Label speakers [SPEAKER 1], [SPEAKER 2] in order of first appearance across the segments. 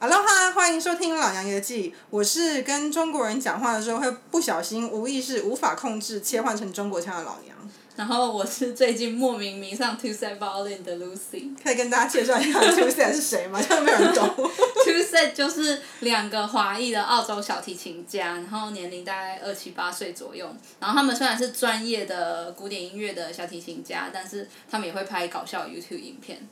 [SPEAKER 1] Aloha，欢迎收听《老娘爷记》，我是跟中国人讲话的时候会不小心、无意识、无法控制切换成中国腔的老娘。。
[SPEAKER 2] 然后我是最近莫名迷上 Two Set Violin 的 Lucy
[SPEAKER 1] 可以跟大家介绍一下 Two Set 是谁吗？ 这样没有人 懂。
[SPEAKER 2] Two Set 就是两个华裔的澳洲小提琴家，然后年龄大概二七八岁左右。然后他们虽然是专业的古典音乐的小提琴家，但是他们也会拍搞笑 YouTube 影片。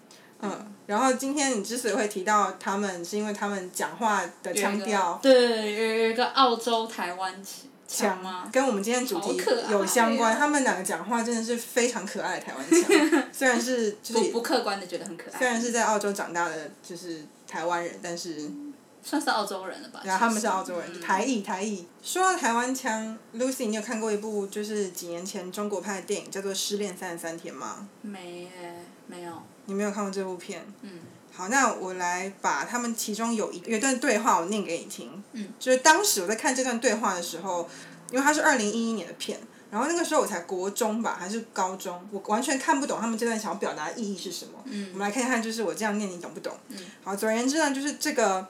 [SPEAKER 1] 嗯，然后今天你之所以会提到他们，是因为他们讲话的腔调
[SPEAKER 2] 对，有有一个澳洲台湾腔吗？
[SPEAKER 1] 跟我们今天主题
[SPEAKER 2] 啊好可爱
[SPEAKER 1] 有相关。
[SPEAKER 2] 哦
[SPEAKER 1] 他们两个讲话真的是非常可爱的台湾 腔，虽然是就是
[SPEAKER 2] 不不客观的觉得很可
[SPEAKER 1] 虽然
[SPEAKER 2] 爱，
[SPEAKER 1] 是在澳洲长大的就是台湾人，但是
[SPEAKER 2] 算是澳洲人了吧？
[SPEAKER 1] 然后啊他们
[SPEAKER 2] 其
[SPEAKER 1] 是
[SPEAKER 2] 实
[SPEAKER 1] 澳洲人，
[SPEAKER 2] 嗯
[SPEAKER 1] 台裔台裔。说到台湾腔，Lucy，你有看过一部就是几年前中国拍的电影叫做《失恋三十三天》吗？
[SPEAKER 2] 没耶没有，
[SPEAKER 1] 你没有看过这部片？
[SPEAKER 2] 嗯。
[SPEAKER 1] 好，那我来把他们其中有一有一段对话，我念给你听。
[SPEAKER 2] 嗯。
[SPEAKER 1] 就是当时我在看这段对话的时候，因为它是二零一一年的片，然后那个时候我才国中吧，还是高中，我完全看不懂他们这段想要表达的意义是什么。
[SPEAKER 2] 嗯
[SPEAKER 1] 我们来看看，就是我这样念你懂不懂？
[SPEAKER 2] 嗯。
[SPEAKER 1] 好，总而言之呢，就是这个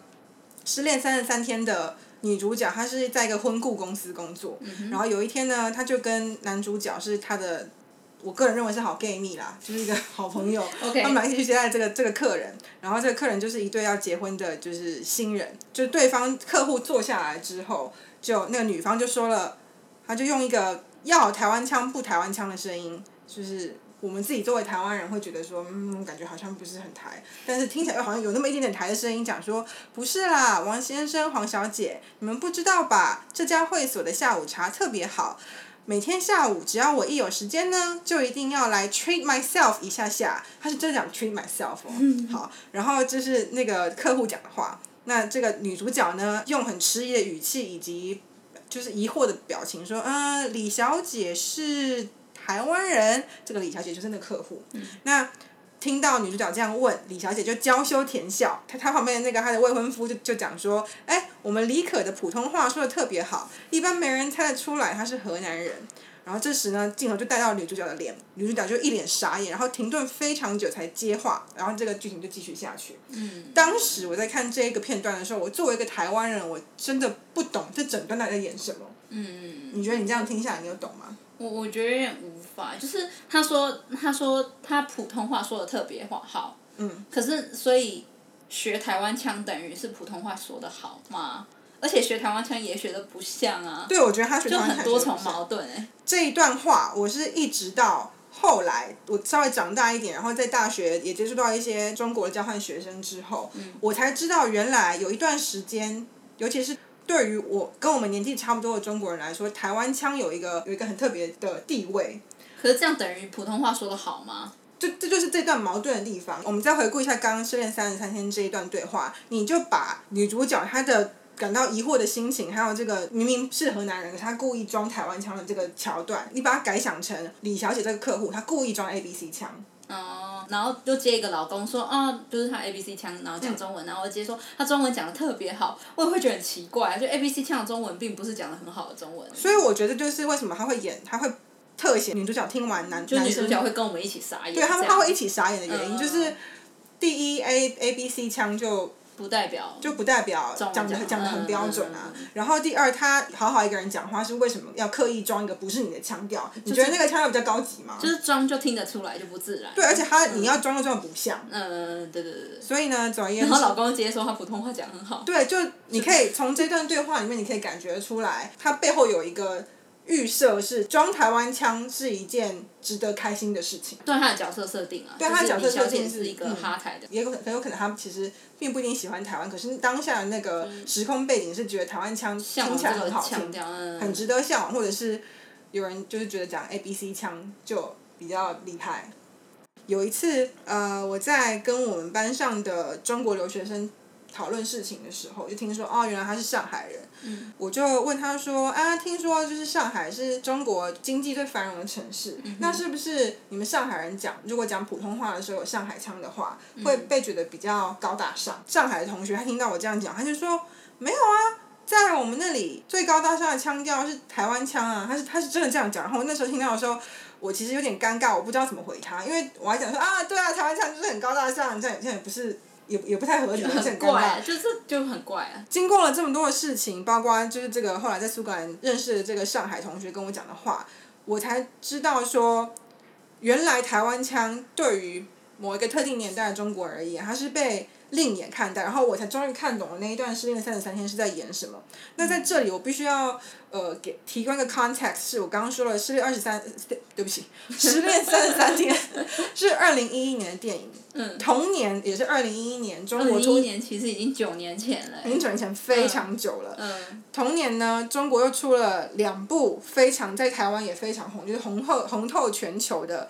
[SPEAKER 1] 失恋三十三天的女主角，她是在一个婚顾公司工作，
[SPEAKER 2] 嗯
[SPEAKER 1] 然后有一天呢，她就跟男主角是她的。我个人认为是好 gay 蜜啦，就是一个好朋友。
[SPEAKER 2] OK
[SPEAKER 1] 他们俩一起去接待这个这个客人，然后这个客人就是一对要结婚的，就是新人。就是对方客户坐下来之后，就那个女方就说了，她就用一个要台湾腔不台湾腔的声音，就是我们自己作为台湾人会觉得说，嗯，感觉好像不是很台，但是听起来又好像有那么一点点台的声音，讲说不是啦，王先生、黄小姐，你们不知道吧？这家会所的下午茶特别好，每天下午只要我一有时间呢，就一定要来 treat myself 一下下。他是真的讲 treat myself 哦。好，然后就是那个客户讲的话，那这个女主角呢，用很迟疑的语气以及就是疑惑的表情说，嗯、李小姐是台湾人，这个李小姐就是那个客户。那听到女主角这样问，李小姐就娇羞甜笑。她她旁边的那个她的未婚夫就就讲说：“哎，我们李可的普通话说的特别好，一般没人猜得出来她是河南人。”然后这时呢，镜头就带到女主角的脸，女主角就一脸傻眼，然后停顿非常久才接话，然后这个剧情就继续下去。
[SPEAKER 2] 嗯，
[SPEAKER 1] 当时我在看这个片段的时候，我作为一个台湾人，我真的不懂这整段到底在演什么。
[SPEAKER 2] 嗯。
[SPEAKER 1] 你觉得你这样听下来，你有懂吗？
[SPEAKER 2] 我我觉得有点无法，就是他说他说他普通话说的特别好，好，
[SPEAKER 1] 嗯，
[SPEAKER 2] 可是所以学台湾腔等于是普通话说的好嘛，而且学台湾腔也学的不像啊，
[SPEAKER 1] 对，我觉得他学
[SPEAKER 2] 就
[SPEAKER 1] 台湾
[SPEAKER 2] 很
[SPEAKER 1] 腔
[SPEAKER 2] 多
[SPEAKER 1] 学得
[SPEAKER 2] 重
[SPEAKER 1] 不像
[SPEAKER 2] 矛盾哎、
[SPEAKER 1] 这一段话，我是一直到后来我稍微长大一点，然后在大学也接触到一些中国的交换学生之后，
[SPEAKER 2] 嗯
[SPEAKER 1] 我才知道原来有一段时间，尤其是。对于我跟我们年纪差不多的中国人来说，台湾腔有一个有一个很特别的地位，
[SPEAKER 2] 可是这样等于普通话说的好吗？
[SPEAKER 1] 这这就是这段矛盾的地方。我们再回顾一下刚刚《失恋三十三天》这一段对话，你就把女主角她的感到疑惑的心情，还有这个明明是河南人，可是她故意装台湾腔的这个桥段，你把它改想成李小姐这个客户，她故意装 A B C 腔。
[SPEAKER 2] 哦，然后就接一个老公说啊，就是他 A B C 腔，然后讲
[SPEAKER 1] 嗯
[SPEAKER 2] 中文，然后我接说他中文讲的特别好，我也会觉得很奇怪，就 A B C 腔的中文并不是讲的很好的中文，
[SPEAKER 1] 所以我觉得就是为什么她会演，她会特写女主角听完男
[SPEAKER 2] 就
[SPEAKER 1] 男
[SPEAKER 2] 女
[SPEAKER 1] 生
[SPEAKER 2] 主角会跟我们一起傻眼，
[SPEAKER 1] 对他们
[SPEAKER 2] 这
[SPEAKER 1] 他
[SPEAKER 2] 样
[SPEAKER 1] 会一起傻眼的原因，
[SPEAKER 2] 嗯
[SPEAKER 1] 就是第一 A A B C 腔就
[SPEAKER 2] 不代表
[SPEAKER 1] 就不代表
[SPEAKER 2] 中文
[SPEAKER 1] 讲的
[SPEAKER 2] 讲
[SPEAKER 1] 讲的很
[SPEAKER 2] 嗯
[SPEAKER 1] 标准啊
[SPEAKER 2] 嗯嗯嗯。
[SPEAKER 1] 然后第二，他好好一个人讲话是为什么要刻意装一个不是你的腔调？你觉得那个腔调比较高级吗？
[SPEAKER 2] 就是装就听得出来，就不自然。
[SPEAKER 1] 对，而且他你要装都装的不像。
[SPEAKER 2] 嗯，对对对对。
[SPEAKER 1] 所以呢，总而言
[SPEAKER 2] 然
[SPEAKER 1] 之
[SPEAKER 2] 后，老公直接说他普通话讲很好。
[SPEAKER 1] 对，就你可以从这段对话里面，你可以感觉出来，他背后有一个预设是装台湾腔是一件值得开心的事情。
[SPEAKER 2] 对他的角色设定啊，对
[SPEAKER 1] 他的角色设定是
[SPEAKER 2] 是一个
[SPEAKER 1] 嗯
[SPEAKER 2] 哈台的，
[SPEAKER 1] 也有可很有可能他们其实并不一定喜欢台湾，可是当下的那个时空背景是觉得台湾腔
[SPEAKER 2] 嗯像
[SPEAKER 1] 听
[SPEAKER 2] 我
[SPEAKER 1] 起
[SPEAKER 2] 这
[SPEAKER 1] 来很
[SPEAKER 2] 个
[SPEAKER 1] 好
[SPEAKER 2] 腔
[SPEAKER 1] 听，
[SPEAKER 2] 调，嗯，
[SPEAKER 1] 很值得向往，或者是有人就是觉得讲 A B C 腔就比较厉害。有一次，呃，我在跟我们班上的中国留学生讨论事情的时候，就听说哦，原来他是上海人，
[SPEAKER 2] 嗯
[SPEAKER 1] 我就问他说啊，听说就是上海是中国经济最繁荣的城市，那是不是你们上海人讲如果讲普通话的时候有上海腔的话，会被觉得比较高大上？上海的同学他听到我这样讲，他就说没有啊。在我们那里最高大上的腔调是台湾腔啊，他是他是真的这样讲。然后我那时候听到的时候，我其实有点尴尬，我不知道怎么回他，因为我还想说啊，对啊，台湾腔就是很高大上，这样这样也不是也也不太合理，而且
[SPEAKER 2] 很
[SPEAKER 1] 很尴
[SPEAKER 2] 怪
[SPEAKER 1] 尬
[SPEAKER 2] 啊，。就是就很 怪啊。
[SPEAKER 1] 经过了这么多的事情，包括就是这个后来在苏格兰认识的这个上海同学跟我讲的话，我才知道说，原来台湾腔对于某一个特定年代的中国而言，它是被另眼看待。然后我才终于看懂了那一段《失恋的三十三天》是在演什
[SPEAKER 2] 嗯
[SPEAKER 1] 么。那在这里，我必须要呃给提供一个 context，是我刚刚说了《失恋二十三》，对不起，《失恋三十三天》是二零一一年的电影，
[SPEAKER 2] 嗯
[SPEAKER 1] 同年也是二零一一年中
[SPEAKER 2] 二
[SPEAKER 1] 国
[SPEAKER 2] 零
[SPEAKER 1] 出
[SPEAKER 2] 一一。年其实已经九年前了欸、
[SPEAKER 1] 已经九年前非常久了，
[SPEAKER 2] 嗯，
[SPEAKER 1] 同年呢，中国又出了两部非常在台湾也非常红，就是红透红透全球的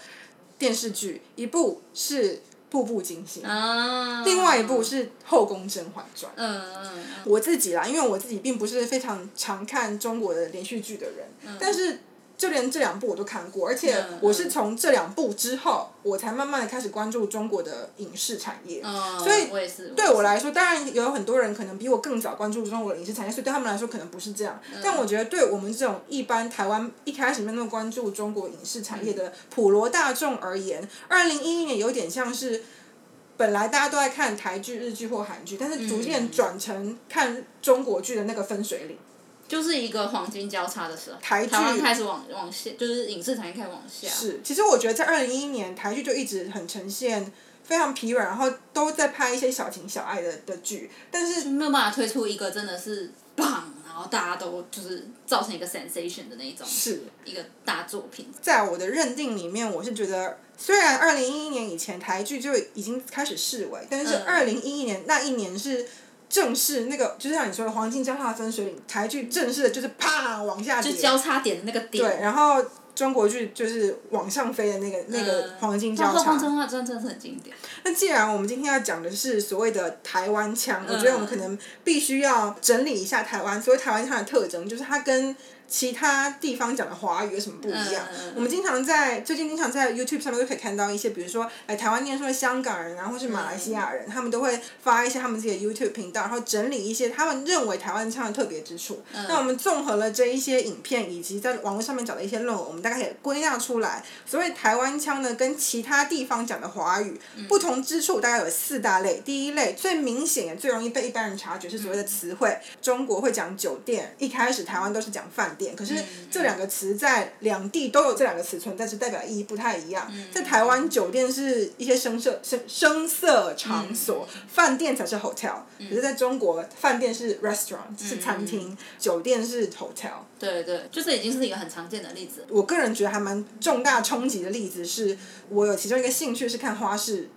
[SPEAKER 1] 电视剧，一部是《步步惊心》
[SPEAKER 2] 啊，
[SPEAKER 1] 另外一部是《后宫甄嬛传》。
[SPEAKER 2] 嗯，嗯嗯，
[SPEAKER 1] 我自己啦，因为我自己并不是非常常看中国的连续剧的人，但是就连这两部我都看过，而且
[SPEAKER 2] 嗯
[SPEAKER 1] 我是从这两部之后，我才慢慢的开始关注中国的影视产业。
[SPEAKER 2] 嗯
[SPEAKER 1] 所以
[SPEAKER 2] 我也是，
[SPEAKER 1] 对我来说，当然有很多人可能比我更早关注中国的影视产业，所以对他们来说可能不是这样。但我觉得，对我们这种一般台湾一开始没那么关注中国影视产业的普罗大众而言，二零一一年有点像是。本来大家都在看台剧、日剧或韩剧，但是逐渐转成看中国剧的那个分水岭。
[SPEAKER 2] 就是一个黄金交叉的时候，
[SPEAKER 1] 台
[SPEAKER 2] 台
[SPEAKER 1] 剧
[SPEAKER 2] 湾开始往往下，就是影视产业开始往下，
[SPEAKER 1] 是，其实我觉得在二零一一年，台剧就一直很呈现非常疲软，然后都在拍一些小情小爱的的剧，但是
[SPEAKER 2] 没有办法推出一个真的是棒，然后大家都就是造成一个 sensation 的那一种
[SPEAKER 1] 是
[SPEAKER 2] 一个大作品。
[SPEAKER 1] 在我的认定里面，我是觉得，虽然二零一一年以前台剧就已经开始式微，但是
[SPEAKER 2] 嗯
[SPEAKER 1] 二零一一年那一年是正式那个，就是像你说的黄金交叉分水岭，台剧正式的就是啪往下
[SPEAKER 2] 就
[SPEAKER 1] 跌，
[SPEAKER 2] 交叉点的那个点，
[SPEAKER 1] 对，然后中国剧就是往上飞的那个那个
[SPEAKER 2] 嗯
[SPEAKER 1] 黄金
[SPEAKER 2] 那
[SPEAKER 1] 交
[SPEAKER 2] 后
[SPEAKER 1] 叉
[SPEAKER 2] 宫。甄嬛传真的是很经典，
[SPEAKER 1] 那既然我们今天要讲的是所谓的台湾腔，我觉得我们
[SPEAKER 2] 嗯
[SPEAKER 1] 可能必须要整理一下台湾所谓台湾腔的特征，就是它跟其他地方讲的华语有什么不一样。
[SPEAKER 2] 嗯嗯嗯
[SPEAKER 1] 我们经常在最近经常在 YouTube 上面都可以看到一些，比如说来台湾念书的香港人啊，或是马来西亚人，他们都会发一些他们自己的 YouTube 频道，然后整理一些他们认为台湾腔的特别之处。那我们综合了这一些影片以及在网络上面找的一些论文，我们大概也归纳出来，所谓台湾腔呢跟其他地方讲的华语、不同之处，大概有四大类。第一类最明显也最容易被一般人察觉是所谓的词汇，中国会讲酒店，一开始台湾都是讲饭店，可是这两个词在两地都有这两个词存在，只是代表意义不太一样。在台湾，酒店是一些声色声声色场所，饭店才是 hotel，可是在中国，饭店是 restaurant 是餐厅，酒店是 hotel。
[SPEAKER 2] 对对，就这已经是一个很常见的例子了。
[SPEAKER 1] 我个人觉得还蛮重大冲击的例子是，我有其中一个兴趣是看花式，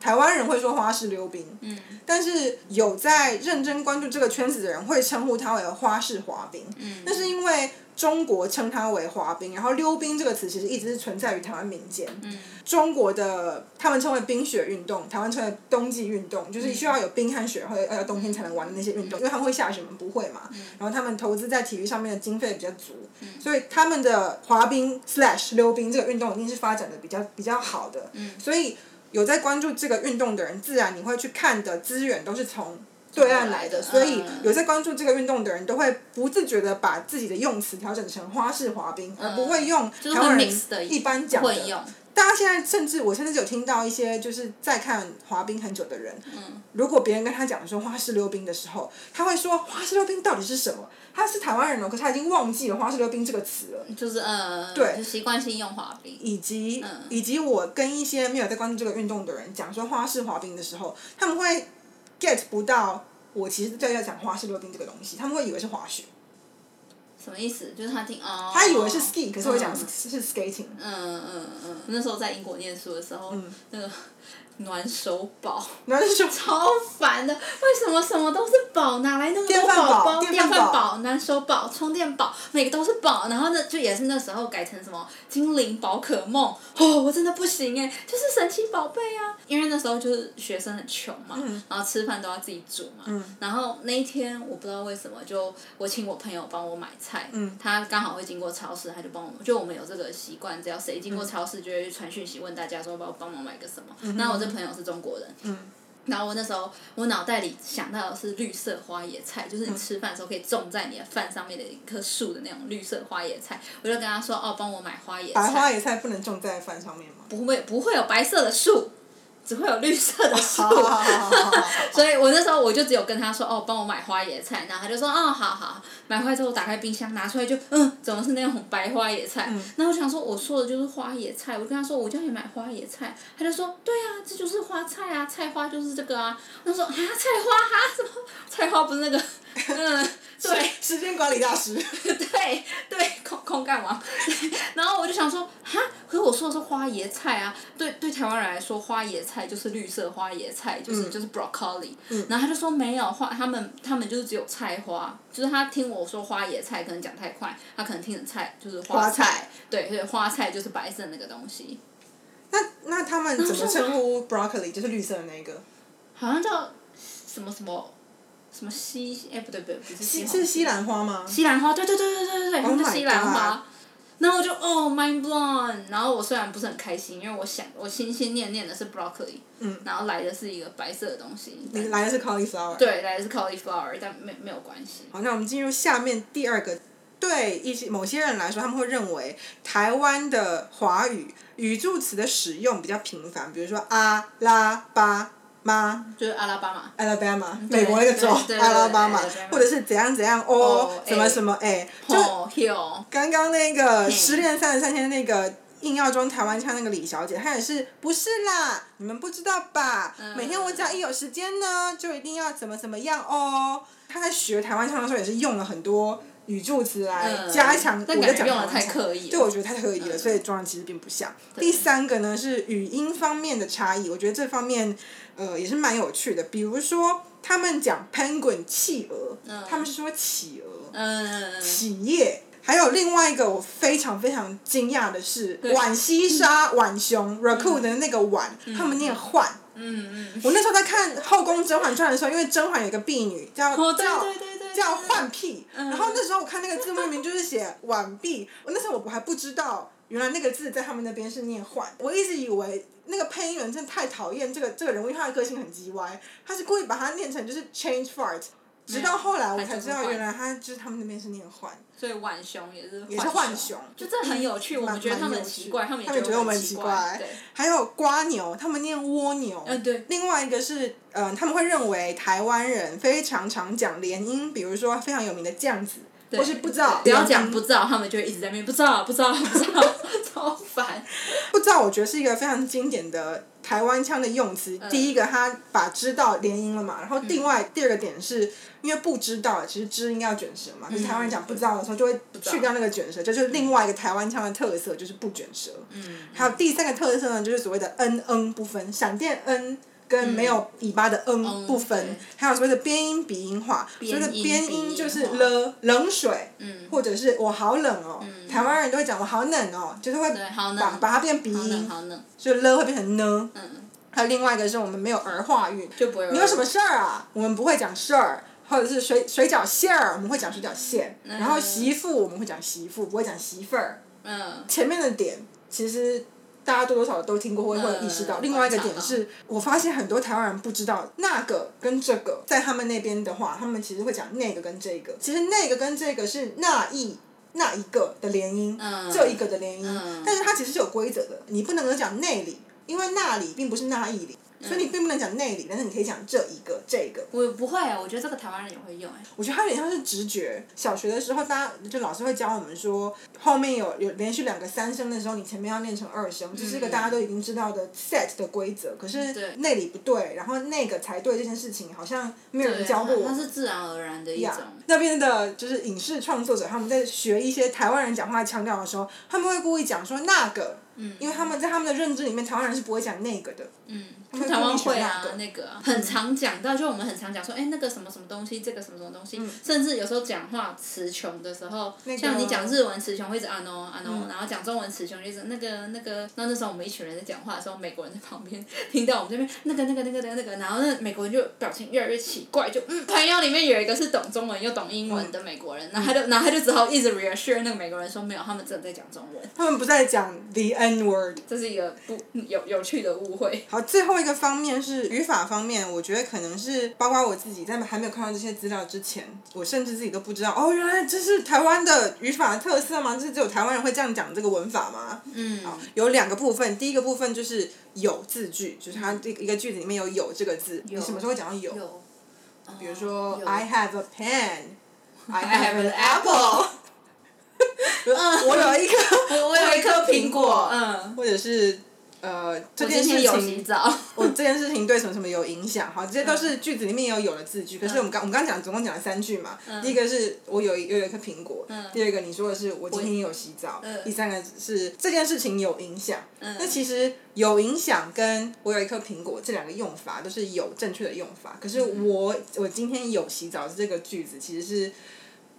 [SPEAKER 1] 台湾人会说花式溜冰，嗯，但是有在认真关注这个圈子的人会称呼它为花式滑冰，嗯，那是因为中国称它为滑冰，然后溜冰这个词其实一直是存在于台湾民间，嗯，中国的他们称为冰雪运动，台湾称为冬季运动，
[SPEAKER 2] 嗯
[SPEAKER 1] 就是需要有冰和雪会要冬天才能玩的那些运动，因为他们会下雪，我们不会
[SPEAKER 2] 嗯
[SPEAKER 1] 嘛，然后他们投资在体育上面的经费比较足，所以他们的滑冰 slash 溜冰这个运动一定是发展的比较比较好的，
[SPEAKER 2] 嗯
[SPEAKER 1] 所以有在关注这个运动的人，自然你会去看的资源都是从。对岸来的，
[SPEAKER 2] 中国
[SPEAKER 1] 所
[SPEAKER 2] 来的
[SPEAKER 1] 以
[SPEAKER 2] 嗯
[SPEAKER 1] 有在关注这个运动的人都会不自觉的把自己的用词调整成花式滑冰，而不会用
[SPEAKER 2] 嗯就是
[SPEAKER 1] 台湾
[SPEAKER 2] 会
[SPEAKER 1] 人
[SPEAKER 2] mix 的
[SPEAKER 1] 一般讲的
[SPEAKER 2] 混。用，
[SPEAKER 1] 大家现在甚至我甚至有听到一些就是在看滑冰很久的人，如果别人跟他讲说花式溜冰的时候，他会说花式溜冰到底是什么？他是台湾人哦，可是他已经忘记了花式溜冰这个词了。
[SPEAKER 2] 就是呃，
[SPEAKER 1] 对
[SPEAKER 2] 就习惯性用滑冰，
[SPEAKER 1] 以及、以及我跟一些没有在关注这个运动的人讲说花式滑冰的时候，他们会 get 不到我其实在要讲花式溜冰这个东西，他们会以为是滑雪，
[SPEAKER 2] 什么意思？就是他听哦，
[SPEAKER 1] 他以为是 ski，可是我讲
[SPEAKER 2] 嗯
[SPEAKER 1] 是是 skating。
[SPEAKER 2] 嗯嗯嗯，那时候在英国念书的时候，
[SPEAKER 1] 嗯
[SPEAKER 2] 那个 暖手宝
[SPEAKER 1] 然后就说
[SPEAKER 2] 超烦的，为什么什么都是宝，哪来那么
[SPEAKER 1] 电
[SPEAKER 2] 多
[SPEAKER 1] 饭煲
[SPEAKER 2] 宝宝？
[SPEAKER 1] 电
[SPEAKER 2] 电
[SPEAKER 1] 饭
[SPEAKER 2] 饭
[SPEAKER 1] 煲
[SPEAKER 2] 煲、暖手宝、充电宝，每个都是宝。然后呢，就也是那时候改成什么精灵宝可梦，哦，我真的不行哎，就是神奇宝贝啊！因为那时候就是学生很穷嘛，
[SPEAKER 1] 嗯
[SPEAKER 2] 然后吃饭都要自己煮嘛。然后那一天我不知道为什么，就我请我朋友帮我买菜，
[SPEAKER 1] 嗯
[SPEAKER 2] 他刚好会经过超市，他就帮我们，就我们有这个习惯，只要谁
[SPEAKER 1] 嗯
[SPEAKER 2] 经过超市，就会传讯息问大家说帮我帮忙买个什么。那我
[SPEAKER 1] 嗯
[SPEAKER 2] 这朋友是中国人，然后我那时候我脑袋里想到的是绿色花野菜，就是
[SPEAKER 1] 嗯
[SPEAKER 2] 你吃饭的时候可以种在你的饭上面的一棵树的那种绿色花野菜。我就跟他说：“哦，帮我买花野
[SPEAKER 1] 白
[SPEAKER 2] 菜。
[SPEAKER 1] 花野菜不能种在饭上面吗？
[SPEAKER 2] 不会不会有白色的树。只会有绿色的树
[SPEAKER 1] 好，好好好好好好，
[SPEAKER 2] 所以我那时候我就只有跟他说哦，帮我买花野菜，然后他就说哦，好好，买回来之后我打开冰箱拿出来就嗯，怎么是那种白花野菜？那、我想说我说的就是花野菜，我就跟他说我叫你买花野菜，他就说对啊，这就是花菜啊，菜花就是这个啊。他说啊，菜花啊，什么菜花不是那个， 嗯，对。
[SPEAKER 1] 时间管理大师，
[SPEAKER 2] 对对，空空干王。 然后我就想说，哈，可是我说的是花椰菜啊，对对，台湾人来说，花椰菜就是绿色花椰菜，就是、
[SPEAKER 1] 嗯
[SPEAKER 2] 就是 broccoli、然后他就说没有花，他们他们就是只有菜花，就是他听我说花椰菜，可能讲太快，他可能听成菜就是
[SPEAKER 1] 花
[SPEAKER 2] 菜，
[SPEAKER 1] 菜
[SPEAKER 2] 对对，花菜就是白色的那个东西，
[SPEAKER 1] 那那他们怎么称呼 broccoli？就是绿色的那个，
[SPEAKER 2] 好像叫什么什么什么西，哎、不对不对，不是西
[SPEAKER 1] 西
[SPEAKER 2] 红柿
[SPEAKER 1] 是西兰花吗？
[SPEAKER 2] 西兰花，对对对对对对对，他
[SPEAKER 1] Oh
[SPEAKER 2] 们
[SPEAKER 1] my
[SPEAKER 2] 叫西兰花
[SPEAKER 1] God。
[SPEAKER 2] 然后我就哦，mind blown。然后我虽然不是很开心，因为我想我心心念念的是 broccoli，、
[SPEAKER 1] 嗯
[SPEAKER 2] 然后来的是一个白色的东西，
[SPEAKER 1] 你来的是 cauliflower。
[SPEAKER 2] 对，来的是 cauliflower，但没没有关系。
[SPEAKER 1] 好，那我们进入下面第二个。对一些某些人来说，他们会认为台湾的华语语助词的使用比较频繁，比如说阿拉巴马
[SPEAKER 2] 就是阿拉巴马，
[SPEAKER 1] 哎 （Alabama），
[SPEAKER 2] 嗯对
[SPEAKER 1] 美国那个州
[SPEAKER 2] 对对对
[SPEAKER 1] 阿拉巴马
[SPEAKER 2] 对对对，
[SPEAKER 1] 或者是怎样怎样哦
[SPEAKER 2] 哦，
[SPEAKER 1] 什么什么哎，就
[SPEAKER 2] 哦 hill，
[SPEAKER 1] 刚刚那个《
[SPEAKER 2] 嗯
[SPEAKER 1] 失恋三十三天》那个硬要装台湾腔那个李小姐，她也是不是啦？你们不知道吧？
[SPEAKER 2] 嗯
[SPEAKER 1] 每天我只要一有时间呢，就一定要怎么怎么样哦。她在学台湾腔的时候，也是用了很多语助词来
[SPEAKER 2] 嗯
[SPEAKER 1] 加强我
[SPEAKER 2] 但
[SPEAKER 1] 的
[SPEAKER 2] 感觉
[SPEAKER 1] 讲
[SPEAKER 2] 用
[SPEAKER 1] 台
[SPEAKER 2] 的
[SPEAKER 1] 湾
[SPEAKER 2] 太
[SPEAKER 1] 腔。
[SPEAKER 2] 刻意
[SPEAKER 1] 对，
[SPEAKER 2] 了。
[SPEAKER 1] 我觉得太刻意了，
[SPEAKER 2] 嗯
[SPEAKER 1] 所以装的其实并不像。
[SPEAKER 2] 对
[SPEAKER 1] 第三个呢是语音方面的差异，我觉得这方面呃也是蛮有趣的。比如说，他们讲 penguin 企鹅，
[SPEAKER 2] 嗯
[SPEAKER 1] 他们是说企鹅。
[SPEAKER 2] 嗯，
[SPEAKER 1] 企业。还有另外一个我非常非常惊讶的是，
[SPEAKER 2] 对
[SPEAKER 1] 浣溪沙浣熊 raccoon 的那个浣，他们念浣。
[SPEAKER 2] 嗯嗯，
[SPEAKER 1] 我那时候在看《后宫甄嬛传》的时候，因为甄嬛有一个婢女叫
[SPEAKER 2] 哦，对
[SPEAKER 1] 叫
[SPEAKER 2] 对对对，
[SPEAKER 1] 叫
[SPEAKER 2] 对
[SPEAKER 1] 浣婢，
[SPEAKER 2] 嗯
[SPEAKER 1] 然后那时候我看那个字幕名就是写浣婢，我那时候我还不知道原来那个字在他们那边是念浣，我一直以为。那个配音员真的太讨厌这个这个人物，因为他的个性很叽歪，他是故意把它念成就是 change fart，直到后来我才知道
[SPEAKER 2] 他就是浣
[SPEAKER 1] 原来他就是他们那边是念浣。
[SPEAKER 2] 所以浣熊也是
[SPEAKER 1] 也是浣熊
[SPEAKER 2] 就这很有趣。我们
[SPEAKER 1] 蛮
[SPEAKER 2] 觉得他们
[SPEAKER 1] 蛮
[SPEAKER 2] 很
[SPEAKER 1] 有
[SPEAKER 2] 奇
[SPEAKER 1] 趣
[SPEAKER 2] 怪，他们
[SPEAKER 1] 他
[SPEAKER 2] 也
[SPEAKER 1] 们觉得我们
[SPEAKER 2] 很
[SPEAKER 1] 很奇怪
[SPEAKER 2] 怪。对，
[SPEAKER 1] 还有瓜牛，他们念蜗牛。
[SPEAKER 2] 嗯对，
[SPEAKER 1] 另外一个是，嗯、他们会认为台湾人非常常讲连音，比如说非常有名的酱子，
[SPEAKER 2] 对
[SPEAKER 1] 或是不知道，
[SPEAKER 2] 只要
[SPEAKER 1] 连
[SPEAKER 2] 讲
[SPEAKER 1] 音
[SPEAKER 2] 不知道，他们就会一直在那边不知道不 知道不知道， 超烦。
[SPEAKER 1] 不知道，我觉得是一个非常经典的台湾腔的用词。
[SPEAKER 2] 嗯
[SPEAKER 1] 第一个，他把知道连音了嘛，然后另外、第二个点是因为不知道，其实知应该要卷舌
[SPEAKER 2] 嗯
[SPEAKER 1] 嘛，可是台湾人讲不知道的时候就会去掉那个卷舌，这就是另外一个台湾腔的特色，就是不卷舌。
[SPEAKER 2] 嗯，
[SPEAKER 1] 还有第三个特色呢，就是所谓的嗯嗯不分，闪电嗯跟没有尾巴的嗯
[SPEAKER 2] 嗯
[SPEAKER 1] 不分，
[SPEAKER 2] 对
[SPEAKER 1] 还有所谓的边音鼻音化，所
[SPEAKER 2] 边
[SPEAKER 1] 谓
[SPEAKER 2] 音
[SPEAKER 1] 的边
[SPEAKER 2] 鼻
[SPEAKER 1] 音
[SPEAKER 2] 音
[SPEAKER 1] 就是
[SPEAKER 2] 化
[SPEAKER 1] 了冷水，
[SPEAKER 2] 嗯
[SPEAKER 1] 或者是我好冷哦，
[SPEAKER 2] 嗯
[SPEAKER 1] 台湾人都会讲我好冷哦，就是会
[SPEAKER 2] 对，嗯好
[SPEAKER 1] 把
[SPEAKER 2] 冷，
[SPEAKER 1] 把它变鼻
[SPEAKER 2] 好冷，
[SPEAKER 1] 音，
[SPEAKER 2] 好冷，
[SPEAKER 1] 所以了会变成呢。
[SPEAKER 2] 嗯，
[SPEAKER 1] 还有另外一个是我们没有儿化韵，
[SPEAKER 2] 就不会。
[SPEAKER 1] 你有什么？事儿啊？我们不会讲事儿，或者是水水饺馅儿，我们会讲水饺馅，
[SPEAKER 2] 嗯
[SPEAKER 1] 然后媳妇我们会讲媳妇，不会讲媳妇儿。
[SPEAKER 2] 嗯，
[SPEAKER 1] 前面的点其实大家多多少少都听过，会
[SPEAKER 2] 嗯
[SPEAKER 1] 会有意识到。另外一个点是，我发现很多台湾人不知道那个跟这个，在他们那边的话，他们其实会讲那个跟这个。其实那个跟这个是那一那一个的连音，
[SPEAKER 2] 嗯
[SPEAKER 1] 这一个的连音，
[SPEAKER 2] 嗯
[SPEAKER 1] 但是它其实是有规则的，你不能够讲内里，因为那里并不是那一里。
[SPEAKER 2] 嗯
[SPEAKER 1] 所以你并不能讲内里，但是你可以讲这一个、这个。
[SPEAKER 2] 我不会，我觉得这个台湾人也会用哎。
[SPEAKER 1] 我觉得它有点像是直觉。小学的时候，大家就老师会教我们说，后面有有连续两个三声的时候，你前面要练成二声，这是一个大家都已经知道的 set 的规则。可是
[SPEAKER 2] 嗯对
[SPEAKER 1] 那里不对，然后那个才对这件事情，好像没有人
[SPEAKER 2] 对
[SPEAKER 1] 教过我
[SPEAKER 2] 它
[SPEAKER 1] 们。
[SPEAKER 2] 是自然而然的一种。
[SPEAKER 1] 那边的就是影视创作者，他们在学一些台湾人讲话的腔调的时候，他们会故意讲说那个，
[SPEAKER 2] 嗯
[SPEAKER 1] 因为他们在他们的认知里面，台湾人是不会讲那个的。
[SPEAKER 2] 嗯，
[SPEAKER 1] 们
[SPEAKER 2] 台湾会
[SPEAKER 1] 故意选那个
[SPEAKER 2] 啊，那个啊很常讲到，就我们很常讲说，哎，那个什么什么东西，这个什么什么东西，甚至有时候讲话词穷的时候，
[SPEAKER 1] 嗯那个嗯
[SPEAKER 2] 像你讲日文词穷会一直啊 no 啊 no，然后讲中文词穷就是那个那个，那那时候我们一群人在讲话的时候，美国人在旁边听到我们这边那个那个那个那个那个，然后那美国人就表情越来越奇怪，就嗯，朋友里面有一个是懂中文又懂英文
[SPEAKER 1] 嗯
[SPEAKER 2] 的美国人，然后他就然后他就只好一直 reassure 那个美国人说没有，他们真的在讲中文。
[SPEAKER 1] 他们不再讲 the end N word。
[SPEAKER 2] 这是一个不有有趣的误会。
[SPEAKER 1] 好，最后一个方面是语法方面，我觉得可能是包括我自己在还没有看到这些资料之前，我甚至自己都不知道哦，原来这是台湾的语法特色吗？就是只有台湾人会这样讲这个文法吗？
[SPEAKER 2] 嗯，
[SPEAKER 1] 好，有两个部分，第一个部分就是有字句，就是它这一个句子里面有有这个字，你
[SPEAKER 2] 有
[SPEAKER 1] 什么时候会讲到有？
[SPEAKER 2] 有，哦
[SPEAKER 1] 比如说
[SPEAKER 2] 有
[SPEAKER 1] I have a pen，I
[SPEAKER 2] have
[SPEAKER 1] have an
[SPEAKER 2] an
[SPEAKER 1] apple，我有一颗，
[SPEAKER 2] 我我有一颗苹果，嗯，
[SPEAKER 1] 或者是呃这
[SPEAKER 2] 我
[SPEAKER 1] 件事
[SPEAKER 2] 今天有洗
[SPEAKER 1] 情，
[SPEAKER 2] 澡，
[SPEAKER 1] 我这件事情对什么什么有影响，好，这些都是句子里面有有的字句。可是我们刚我们刚讲总共讲了三句嘛，第一个是我有一有一颗苹果，第二个你说的是我今天有洗澡，第三个是这件事情有影响。那其实有影响跟我有一颗苹果这两个用法都是有正确的用法，可是我我今天有洗澡这个句子其实是。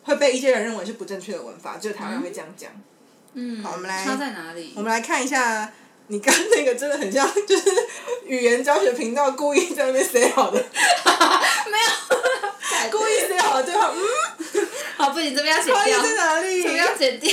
[SPEAKER 1] 会被一些人认为是不正确的文法，只有台湾人会这样讲。
[SPEAKER 2] 嗯，
[SPEAKER 1] 好我们来
[SPEAKER 2] 差在哪里？
[SPEAKER 1] 我们来看一下，你刚那个真的很像，就是语言教学频道故意在那边塞好的，
[SPEAKER 2] 来
[SPEAKER 1] 故意塞好的对话，嗯，
[SPEAKER 2] 哎好，不行，这边要剪
[SPEAKER 1] 翻译
[SPEAKER 2] 掉，
[SPEAKER 1] 在哪
[SPEAKER 2] 这边要
[SPEAKER 1] 里？
[SPEAKER 2] 剪掉。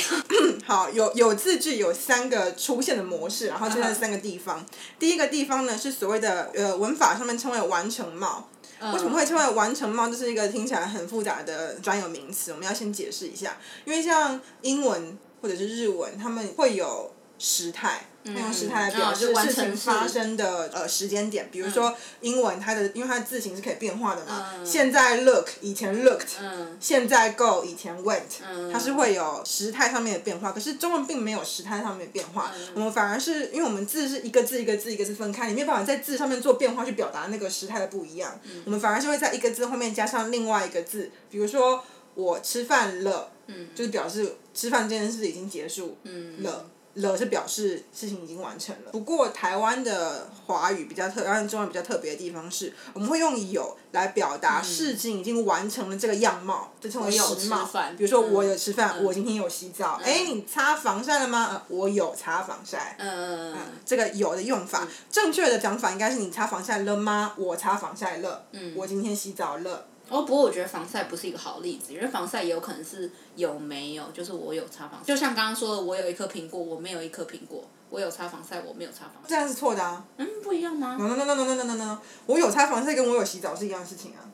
[SPEAKER 1] 好，有有字句有三个出现的模式，然后就在三个地方。第一个地方呢是所谓的呃文法上面称为完成貌， 为什么会称为完成貌？这是一个听起来很复杂的专有名词，我们要先解释一下。因为像英文或者是日文，他们会有时态，它用时态来表
[SPEAKER 2] 哦
[SPEAKER 1] 示
[SPEAKER 2] 就完
[SPEAKER 1] 事
[SPEAKER 2] 成
[SPEAKER 1] 情
[SPEAKER 2] 式
[SPEAKER 1] 发生的呃时间点。比如说英文，它的因为它的字形是可以变化的嘛，
[SPEAKER 2] 嗯
[SPEAKER 1] 现在 look 以前 looked，、
[SPEAKER 2] 嗯
[SPEAKER 1] 现在 go 以前 went，、
[SPEAKER 2] 嗯
[SPEAKER 1] 它是会有时态上面的变化，可是中文并没有时态上面的变化，
[SPEAKER 2] 嗯
[SPEAKER 1] 我们反而是因为我们字是一个字一个字一个字分开，你没有办法在字上面做变化去表达那个时态的不一样，
[SPEAKER 2] 嗯
[SPEAKER 1] 我们反而是会在一个字后面加上另外一个字，比如说我吃饭了，就是表示吃饭这件事已经结束，
[SPEAKER 2] 嗯
[SPEAKER 1] 了。了是表示事情已经完成了。不过台湾的华语比较特，台湾中文比较特别的地方是，我们会用有来表达事情已经完成了这个样貌，这称为
[SPEAKER 2] 嗯有
[SPEAKER 1] 时貌
[SPEAKER 2] 吃饭。
[SPEAKER 1] 比如说
[SPEAKER 2] 嗯
[SPEAKER 1] 我有吃饭，我今天有洗澡。哎，你擦防晒了吗？呃我有擦防晒。
[SPEAKER 2] 嗯
[SPEAKER 1] 这个有的用法，正确的讲法应该是你擦防晒了吗？我擦防晒了。我今天洗澡了。
[SPEAKER 2] 嗯哦，不过我觉得防晒不是一个好例子，因为防晒也有可能是有没有，就是我有擦防晒，就像刚刚说的，我有一颗苹果，我没有一颗苹果，我有擦防晒，我没有擦防晒，
[SPEAKER 1] 这样是错的啊
[SPEAKER 2] 嗯，不一样吗？
[SPEAKER 1] ！no no no no no no no no，我有擦防晒跟我有洗澡是一样的事情啊。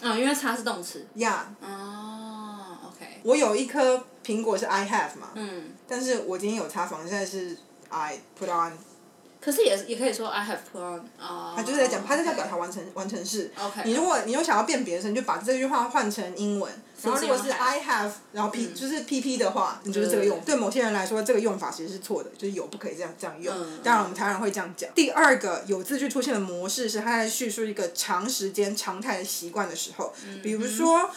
[SPEAKER 2] 嗯，因为擦是动词。
[SPEAKER 1] 呀、
[SPEAKER 2] 哦，OK，
[SPEAKER 1] 我有一颗苹果是 I have 嘛，
[SPEAKER 2] 嗯，
[SPEAKER 1] 但是我今天有擦防晒是 I put on，
[SPEAKER 2] 可是也也可以说 I have put on 啊、
[SPEAKER 1] 他就是在讲，他在讲表达完成完成式。
[SPEAKER 2] OK，
[SPEAKER 1] 你如果你有想要辨别的时候，你就把这句话换成英文，然后如果是
[SPEAKER 2] 用嗯 have
[SPEAKER 1] I have，然后 P、就是 PP 的话，你就是这个用。对某些人来说，这个用法其实是错的，就是有不可以这样这样用。
[SPEAKER 2] 嗯
[SPEAKER 1] 当然，我们台湾人会这样讲。第二个有字句出现的模式是，它在叙述一个长时间常态的习惯的时候，
[SPEAKER 2] 嗯
[SPEAKER 1] 比如说。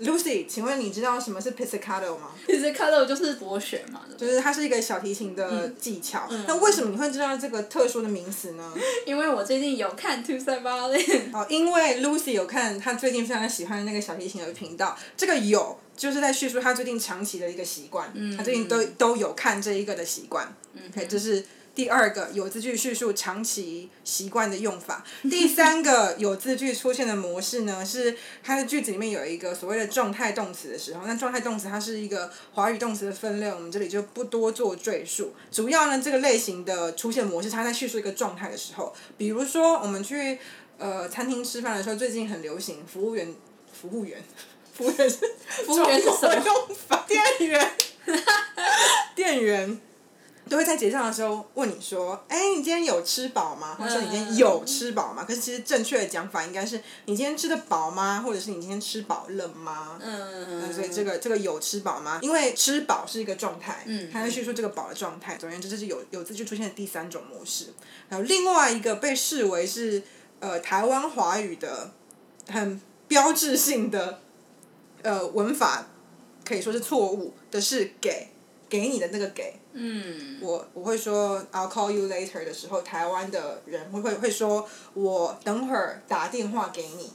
[SPEAKER 1] Lucy，请问你知道什么是 pizzicato 吗？
[SPEAKER 2] 其实看到就是博学嘛，对不对
[SPEAKER 1] 就是它是一个小提琴的
[SPEAKER 2] 嗯
[SPEAKER 1] 技巧。那为什么你会知道这个特殊的名词呢？
[SPEAKER 2] 因为我最近有看 Two Side Violin，
[SPEAKER 1] 哦，因为 Lucy 有看她最近非常喜欢的那个小提琴有一个频道，这个有就是在叙述她最近长期的一个习惯，
[SPEAKER 2] 嗯
[SPEAKER 1] 她最近都都有看这一个的习惯。OK，这是。第二个有字句叙述长期习惯的用法，第三个有字句出现的模式呢，是它的句子里面有一个所谓的状态动词的时候，那状态动词它是一个华语动词的分类，我们这里就不多做赘述。主要呢，这个类型的出现模式，它在叙述一个状态的时候，比如说我们去呃餐厅吃饭的时候，最近很流行服务员，服务 员，服务员是服
[SPEAKER 2] 务员是什么
[SPEAKER 1] 用法？店员， 店员。都会在结账的时候问你说：“哎，你今天有吃饱吗？”或者说你今
[SPEAKER 2] 嗯
[SPEAKER 1] 天有吃饱吗？可是其实正确的讲法应该是：你今天吃的饱吗？或者是你今天吃饱了吗？
[SPEAKER 2] 嗯，
[SPEAKER 1] 所以这个这个有吃饱吗？因为吃饱是一个状态，
[SPEAKER 2] 嗯
[SPEAKER 1] 它在叙述这个饱的状态。总而言之，这是有有字句出现的第三种模式。然后另外一个被视为是呃台湾华语的很标志性的呃文法，可以说是错误的是给给你的那个给。
[SPEAKER 2] 嗯，
[SPEAKER 1] 我我会说 I'll call you later 的时候，台湾的人会会会说我等会儿打电话给你。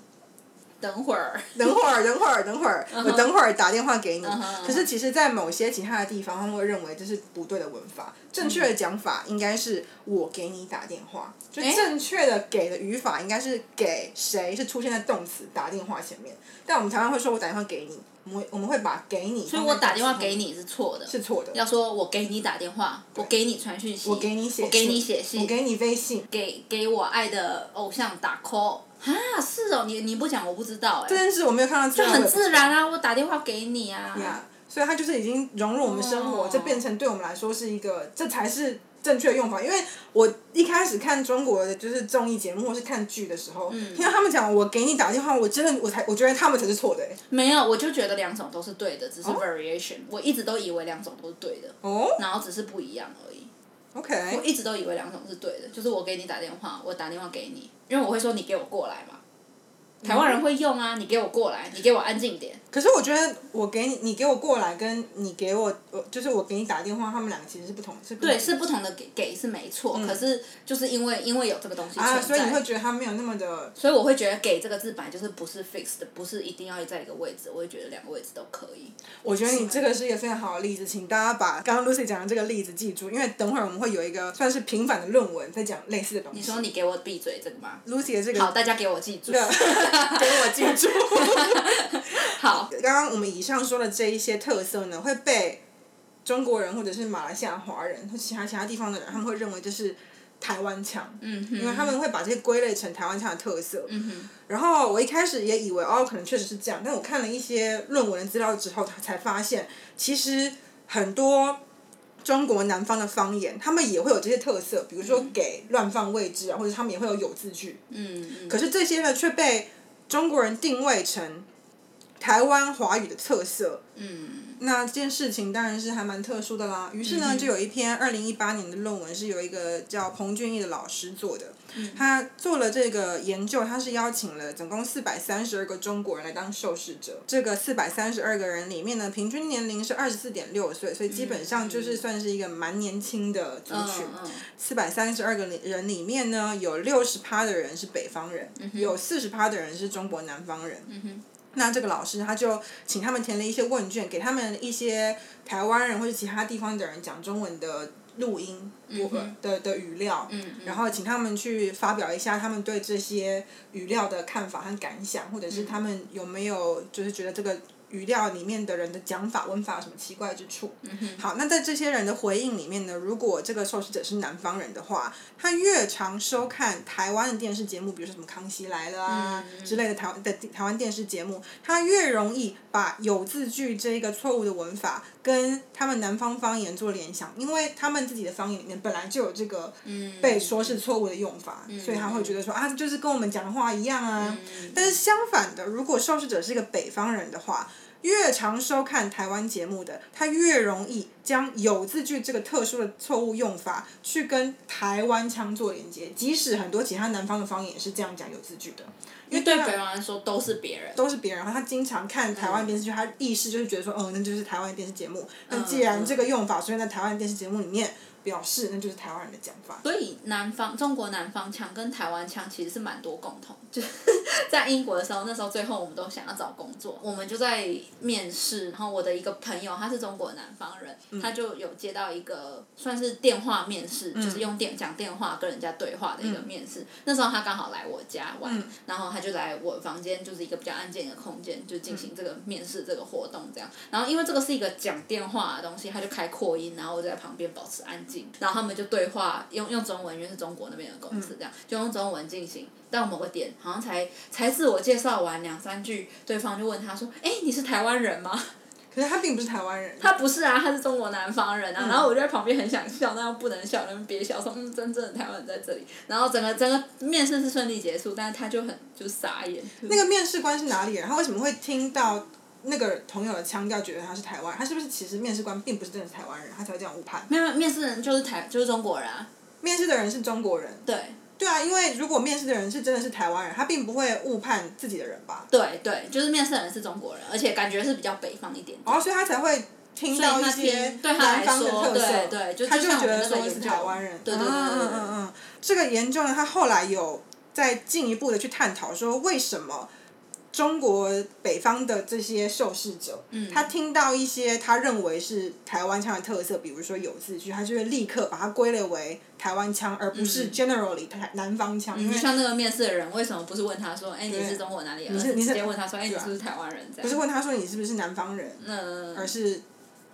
[SPEAKER 2] 等会儿，
[SPEAKER 1] 等会儿，等会儿，等会儿，我等会儿打电话给你
[SPEAKER 2] 嗯哼。
[SPEAKER 1] 可是其实，在某些其他的地方，他们会认为这是不对的文法。正确的讲法应该是我给你打电话，就
[SPEAKER 2] 诶
[SPEAKER 1] 正确的给的语法应该是给谁是出现在动词打电话前面。但我们常常会说我打电话给你，我们会我们会把给你，
[SPEAKER 2] 所以我打电话给你是错的，
[SPEAKER 1] 是错的。
[SPEAKER 2] 要说我给你打电话，我给你传讯息，我
[SPEAKER 1] 我给你写，
[SPEAKER 2] 我给你写信，
[SPEAKER 1] 我给你微信。
[SPEAKER 2] 给给我爱的偶像打 call 啊，是哦，你你不讲我不知道哎、
[SPEAKER 1] 这件事我没有看到资
[SPEAKER 2] 就
[SPEAKER 1] 料，我也
[SPEAKER 2] 很
[SPEAKER 1] 不知道
[SPEAKER 2] 自然啊，我打电话给你啊。
[SPEAKER 1] 呀所以它就是已经融入我们生活，
[SPEAKER 2] 哦
[SPEAKER 1] 这变成对我们来说是一个，这才是正确的用法。因为我一开始看中国的就是综艺节目或是看剧的时候，
[SPEAKER 2] 嗯
[SPEAKER 1] 听到他们讲我给你打电话，我真的我才我觉得他们才是错的、欸。
[SPEAKER 2] 没有，我就觉得两种都是对的，只是 variation、我一直都以为两种都是对的，
[SPEAKER 1] 哦
[SPEAKER 2] 然后只是不一样而已。我
[SPEAKER 1] ，OK，
[SPEAKER 2] 一直都以为两种是对的，就是我给你打电话，我打电话给你，因为我会说你给我过来嘛。台湾人会用啊，你给我过来，你给我安静点。
[SPEAKER 1] 嗯可是我觉得我给你，你给我过来，跟你给我，我就是我给你打电话，他们两个其实是不同，是不同
[SPEAKER 2] 对，是不同的给给是没错，可是就是因为因为有这个东西存在，
[SPEAKER 1] 嗯啊，所以你会觉得他没有那么的
[SPEAKER 2] 所以我会觉得“给”这个字本来就是不是 fixed，不是一定要在一个位置，我会觉得两个位置都可以。
[SPEAKER 1] 我觉得你这个是一个非常好的例子，请大家把刚刚 Lucy 讲的这个例子记住，因为等会儿我们会有一个算是平反的论文在讲类似的东西。
[SPEAKER 2] 你说你给我闭嘴这个吗？
[SPEAKER 1] Lucy 啊的这个
[SPEAKER 2] 好，大家给我记住。
[SPEAKER 1] 给我记住。
[SPEAKER 2] 好，
[SPEAKER 1] 刚刚我们以上说的这一些特色呢，会被中国人或者是马来西亚华人或其他其他地方的人，他们会认为这是台湾腔，
[SPEAKER 2] 嗯哼，
[SPEAKER 1] 因为他们会把这些归类成台湾腔的特色。
[SPEAKER 2] 嗯
[SPEAKER 1] 然后我一开始也以为哦，可能确实是这样，但我看了一些论文的资料之后，才发现其实很多中国南方的方言，他们也会有这些特色，比如说
[SPEAKER 2] 嗯
[SPEAKER 1] 给乱放位置啊，或者他们也会有有字句。
[SPEAKER 2] 哼，嗯嗯，
[SPEAKER 1] 可是这些呢，却被中国人定位成台湾华语的特色。
[SPEAKER 2] 嗯
[SPEAKER 1] 那这件事情当然是还蛮特殊的啦。于是呢，就有一篇二零一八年的论文是有一个叫彭俊义的老师做的，
[SPEAKER 2] 嗯
[SPEAKER 1] 他做了这个研究，他是邀请了总共四百三十二个中国人来当受试者。这个四百三十二个人里面呢，平均年龄是二十四点六岁，所以基本上就是算是一个蛮年轻的族群。
[SPEAKER 2] 嗯嗯，
[SPEAKER 1] 四百三十二个里人里面呢，有六十趴的人是北方人，
[SPEAKER 2] 嗯
[SPEAKER 1] 有四十趴的人是中国南方人。那这个老师他就请他们填了一些问卷，给他们一些台湾人或者其他地方的人讲中文的录音，我
[SPEAKER 2] 嗯哼嗯
[SPEAKER 1] 的的语料，然后请他们去发表一下他们对这些语料的看法和感想，或者是他们有没有就是觉得这个语料里面的人的讲法、文法有什么奇怪之处。
[SPEAKER 2] 嗯
[SPEAKER 1] 好，那在这些人的回应里面呢，如果这个受试者是南方人的话，他越常收看台湾的电视节目，比如说什么《康熙来了》啊、之类的台湾的台湾电视节目，他越容易把有字句这一个错误的文法跟他们南方方言做联想，因为他们自己的方言里面本来就有这个被说是错误的用法，所以他会觉得说啊，这就是跟我们讲的话一样啊。
[SPEAKER 2] 嗯
[SPEAKER 1] 但是相反的，如果受试者是一个北方人的话，越常收看台湾节目的，他越容易将有字句这个特殊的错误用法去跟台湾腔做连接，即使很多其他南方的方言也是这样讲有字句的，因为
[SPEAKER 2] 因为对
[SPEAKER 1] 他
[SPEAKER 2] 北方来说都是别人。
[SPEAKER 1] 都是别人，然后他经常看台湾电视剧，他意识就是觉得说，哦，那就是台湾电视节目。那既然这个用法出现在台湾电视节目里面，表示那就是台湾人的讲法。
[SPEAKER 2] 所以南方中国南方腔跟台湾腔其实是蛮多共同， 就是在英国的时候，那时候最后我们都想要找工作，我们就在面试，然后我的一个朋友他是中国南方人，
[SPEAKER 1] 嗯
[SPEAKER 2] 他就有接到一个算是电话面试，就是用电讲电话跟人家对话的一个
[SPEAKER 1] 嗯
[SPEAKER 2] 面试。那时候他刚好来我家玩，然后他就来我房间，就是一个比较安静的空间，就进行这个面试这个活动这样。然后因为这个是一个讲电话的东西，他就开扩音，然后我就在旁边保持安静，然后他们就对话，用用中文，因为是中国那边的公司
[SPEAKER 1] 嗯
[SPEAKER 2] 这样，就用中文进行。到某个点，好像才才自我介绍完两三句，对方就问他说：“哎，你是台湾人吗？”
[SPEAKER 1] 可是他并不是台湾人，
[SPEAKER 2] 他不是啊，他是中国南方人啊。
[SPEAKER 1] 嗯
[SPEAKER 2] 然后我就在旁边很想笑，但又不能笑，那边憋笑说嗯，真正的台湾人在这里。然后整个整个面试是顺利结束，但是他就很就傻眼。
[SPEAKER 1] 那个面试官是哪里人？他为什么会听到那个朋友的腔调，觉得他是台湾人？他是不是其实面试官并不是真的是台湾人，他才会这样误判？
[SPEAKER 2] 没有，面试人就是台就是中国人啊，
[SPEAKER 1] 面试的人是中国人，
[SPEAKER 2] 对
[SPEAKER 1] 对啊，因为如果面试的人是真的是台湾人，他并不会误判自己的人吧？
[SPEAKER 2] 对对，就是面试人是中国人，而且感觉是比较北方一点点。
[SPEAKER 1] 然后所以他才会听到一些
[SPEAKER 2] 所以他
[SPEAKER 1] 南
[SPEAKER 2] 偏
[SPEAKER 1] 方的特
[SPEAKER 2] 对他
[SPEAKER 1] 色
[SPEAKER 2] 来说，对对就
[SPEAKER 1] 他就
[SPEAKER 2] 就像
[SPEAKER 1] 觉得
[SPEAKER 2] 我们那个
[SPEAKER 1] 说是
[SPEAKER 2] 研究
[SPEAKER 1] 台湾人，
[SPEAKER 2] 对对对对
[SPEAKER 1] 嗯
[SPEAKER 2] 对
[SPEAKER 1] 嗯嗯嗯。这个研究呢，他后来有再进一步的去探讨说为什么。中国北方的这些受试者，
[SPEAKER 2] 嗯
[SPEAKER 1] 他听到一些他认为是台湾腔的特色，比如说有字句，他就会立刻把它归类为台湾腔，而不是 generally 台南方腔，因
[SPEAKER 2] 就
[SPEAKER 1] 为
[SPEAKER 2] 嗯像那个面试的人，为什么不是问他说，哎、你是中国哪里人？而
[SPEAKER 1] 你是
[SPEAKER 2] 直接问他说，哎、你
[SPEAKER 1] 对
[SPEAKER 2] 是
[SPEAKER 1] 啊
[SPEAKER 2] 不是台湾人？这
[SPEAKER 1] 不是
[SPEAKER 2] 样。
[SPEAKER 1] 问他说你是不是南方人，
[SPEAKER 2] 嗯，
[SPEAKER 1] 而是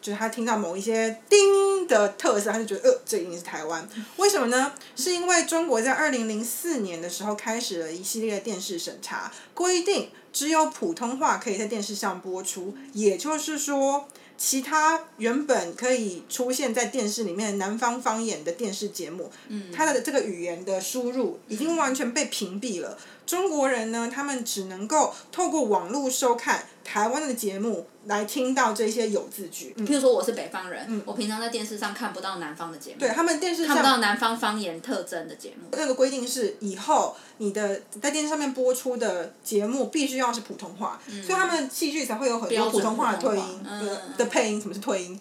[SPEAKER 1] 就是他听到某一些叮的特色，他就觉得呃，这一定是台湾。为什么呢？是因为中国在二零零四年的时候开始了一系列的电视审查，规定只有普通话可以在电视上播出，也就是说。其他原本可以出现在电视里面的南方方言的电视节目，
[SPEAKER 2] 嗯
[SPEAKER 1] 它的这个语言的输入已经完全被屏蔽了。中国人呢，他们只能够透过网络收看台湾的节目来听到这些有字句。嗯，
[SPEAKER 2] 譬如说我是北方人，我平常在电视上看不到南方的节目，
[SPEAKER 1] 对他们电视
[SPEAKER 2] 看不到
[SPEAKER 1] 上
[SPEAKER 2] 南方方言特征的节目。
[SPEAKER 1] 那个规定是，以后你的在电视上面播出的节目必须要是普通话，所以他们戏剧才会有很多
[SPEAKER 2] 嗯标准
[SPEAKER 1] 普通话的
[SPEAKER 2] 普通
[SPEAKER 1] 退
[SPEAKER 2] 话
[SPEAKER 1] 音、
[SPEAKER 2] 嗯
[SPEAKER 1] 的
[SPEAKER 2] 嗯
[SPEAKER 1] 的配音，什么是退音，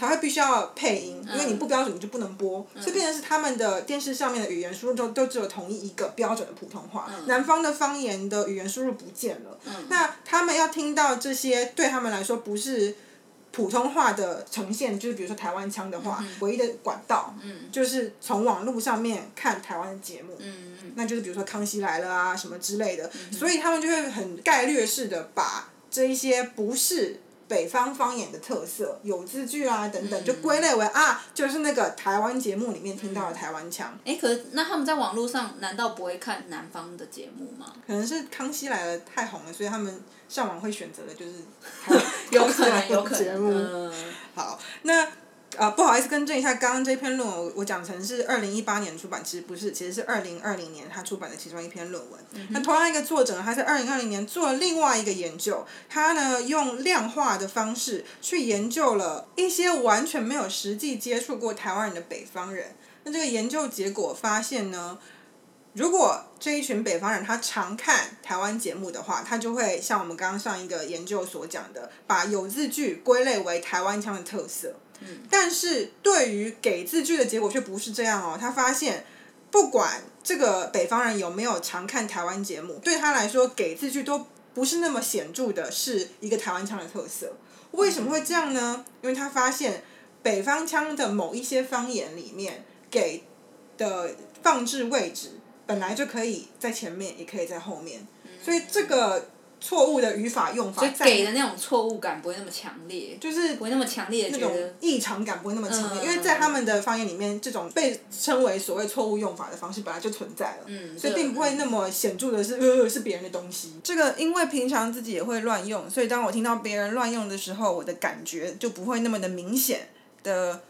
[SPEAKER 1] 才会必须要配音，因为
[SPEAKER 2] 嗯
[SPEAKER 1] 你不标准你就不能播，所以变成是他们的电视上面的语言输入都都只有同一一个标准的普通话，
[SPEAKER 2] 嗯
[SPEAKER 1] 南方的方言的语言输入不见了，那他们要听到这些对他们来说不是。普通话的呈现，就是比如说台湾腔的
[SPEAKER 2] 嗯
[SPEAKER 1] 话，唯一的管道、就是从网络上面看台湾的节目，
[SPEAKER 2] 嗯嗯
[SPEAKER 1] 那就是比如说《康熙来了》啊什么之类的，所以他们就会很概略式的把这一些不是北方方言的特色、有字句啊等
[SPEAKER 2] 嗯
[SPEAKER 1] 等，就归类为啊，就是那个台湾节目里面听到的台湾腔，
[SPEAKER 2] 哎、可是那他们在网络上难道不会看南方的节目吗？
[SPEAKER 1] 可能是《康熙来了》太红了，所以他们上网会选择的就是 台湾
[SPEAKER 2] 有 可能，有
[SPEAKER 1] 康
[SPEAKER 2] 可
[SPEAKER 1] 熙来了节
[SPEAKER 2] 能。
[SPEAKER 1] 目。
[SPEAKER 2] 嗯
[SPEAKER 1] 好，那呃不好意思更正一下，刚刚这篇论文我我讲成是二零一八年出版，其实不是，其实是二零二零年他出版的其中一篇论文。那同样一个作者呢，他在二零二零年做了另外一个研究，他呢用量化的方式去研究了一些完全没有实际接触过台湾人的北方人。那这个研究结果发现呢，如果这一群北方人他常看台湾节目的话，他就会像我们刚刚上一个研究所讲的，把有字句归类为台湾腔的特色。嗯、但是对于给字句的结果却不是这样哦，他发现不管这个北方人有没有常看台湾节目，对他来说给字句都不是那么显著的，是一个台湾腔的特色。为什么会这样呢？因为他发现北方腔的某一些方言里面给的放置位置本来就可以在前面，也可以在后面，所以这个错误的语法用法
[SPEAKER 2] 嗯所以
[SPEAKER 1] 在
[SPEAKER 2] 给的那种错误感不会那么强烈，
[SPEAKER 1] 就是
[SPEAKER 2] 不会那么强烈的
[SPEAKER 1] 那
[SPEAKER 2] 觉
[SPEAKER 1] 种
[SPEAKER 2] 得。
[SPEAKER 1] 异常感不会那么强烈，
[SPEAKER 2] 嗯
[SPEAKER 1] 因为在他们的方言里面，这种被称为所谓错误用法的方式本来就存在了，
[SPEAKER 2] 嗯
[SPEAKER 1] 所以
[SPEAKER 2] 对
[SPEAKER 1] 并不会那么显著的是呃是别人的东西。这个因为平常自己也会乱用，所以当我听到别人乱用的时候，我的感觉就不会那么的明显的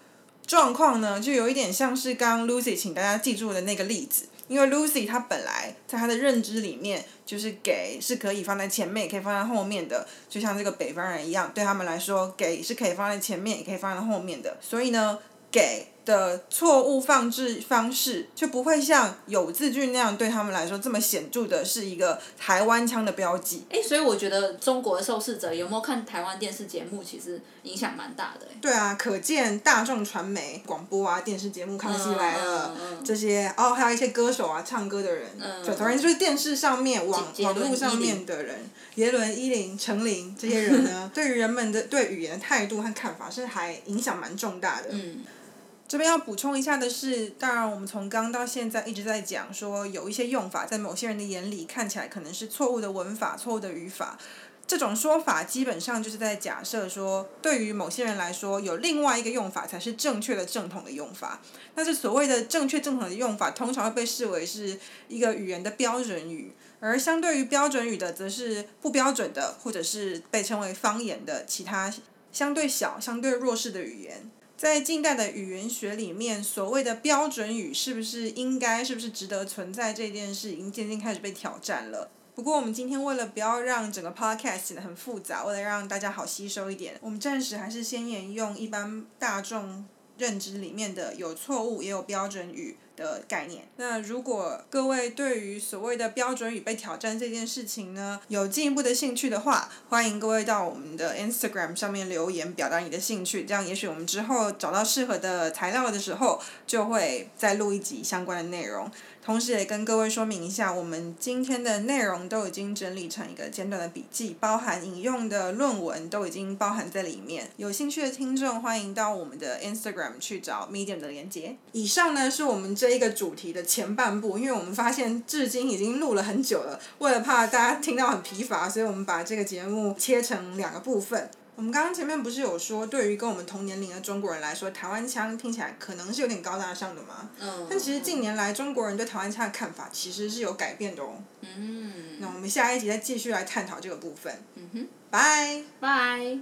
[SPEAKER 1] 状况呢，就有一点像是刚刚 Lucy 请大家记住的那个例子。因为 Lucy 她本来在她的认知里面，就是给是可以放在前面，也可以放在后面的，就像这个北方人一样，对他们来说，给是可以放在前面，也可以放在后面的。所以呢，给的错误放置方式就不会像有字句那样对他们来说这么显著的是一个台湾腔的标记。
[SPEAKER 2] 哎、所以我觉得中国的受试者有没有看台湾电视节目，其实影响蛮大的、欸。
[SPEAKER 1] 对啊，可见大众传媒、广播啊、电视节目《康熙来了
[SPEAKER 2] 嗯》嗯嗯
[SPEAKER 1] 这些，哦，还有一些歌手啊、唱歌的人，对，反正就是电视上面、网
[SPEAKER 2] 杰
[SPEAKER 1] 网
[SPEAKER 2] 伦
[SPEAKER 1] 络上面的人，耶伦、依林、陈琳这些人呢， 对于人们的对语言的态度和看法是还影响蛮重大的。
[SPEAKER 2] 嗯
[SPEAKER 1] 这边要补充一下的是，当然我们从刚到现在一直在讲说，有一些用法在某些人的眼里看起来可能是错误的文法、错误的语法。这种说法基本上就是在假设说，对于某些人来说，有另外一个用法才是正确的、正统的用法。但是所谓的正确、正统的用法，通常会被视为是一个语言的标准语，而相对于标准语的，则是不标准的，或者是被称为方言的其他相对小、相对弱势的语言。在近代的语言学里面，所谓的标准语是不是应该、是不是值得存在这件事，已经渐渐开始被挑战了。不过，我们今天为了不要让整个 podcast 显得很复杂，为了让大家好吸收一点，我们暂时还是先沿用一般大众认知里面的有错误也有标准语的概念。那如果各位对于所谓的标准语被挑战这件事情呢，有进一步的兴趣的话，欢迎各位到我们的 Instagram 上面留言，表达你的兴趣。这样，也许我们之后找到适合的材料的时候，就会再录一集相关的内容。同时也跟各位说明一下，我们今天的内容都已经整理成一个简短的笔记，包含引用的论文都已经包含在里面。有兴趣的听众欢迎到我们的 Instagram 去找 Medium 的连接。以上呢是我们这一个主题的前半部，因为我们发现至今已经录了很久了，为了怕大家听到很疲乏，所以我们把这个节目切成两个部分。我们刚刚前面不是有说，对于跟我们同年龄的中国人来说，台湾腔听起来可能是有点高大上的嘛。
[SPEAKER 2] 嗯。
[SPEAKER 1] 但其实近年来，中国人对台湾腔的看法其实是有改变的哦。
[SPEAKER 2] 嗯，
[SPEAKER 1] 那我们下一集再继续来探讨这个部分。
[SPEAKER 2] 嗯哼，
[SPEAKER 1] 拜。
[SPEAKER 2] 拜。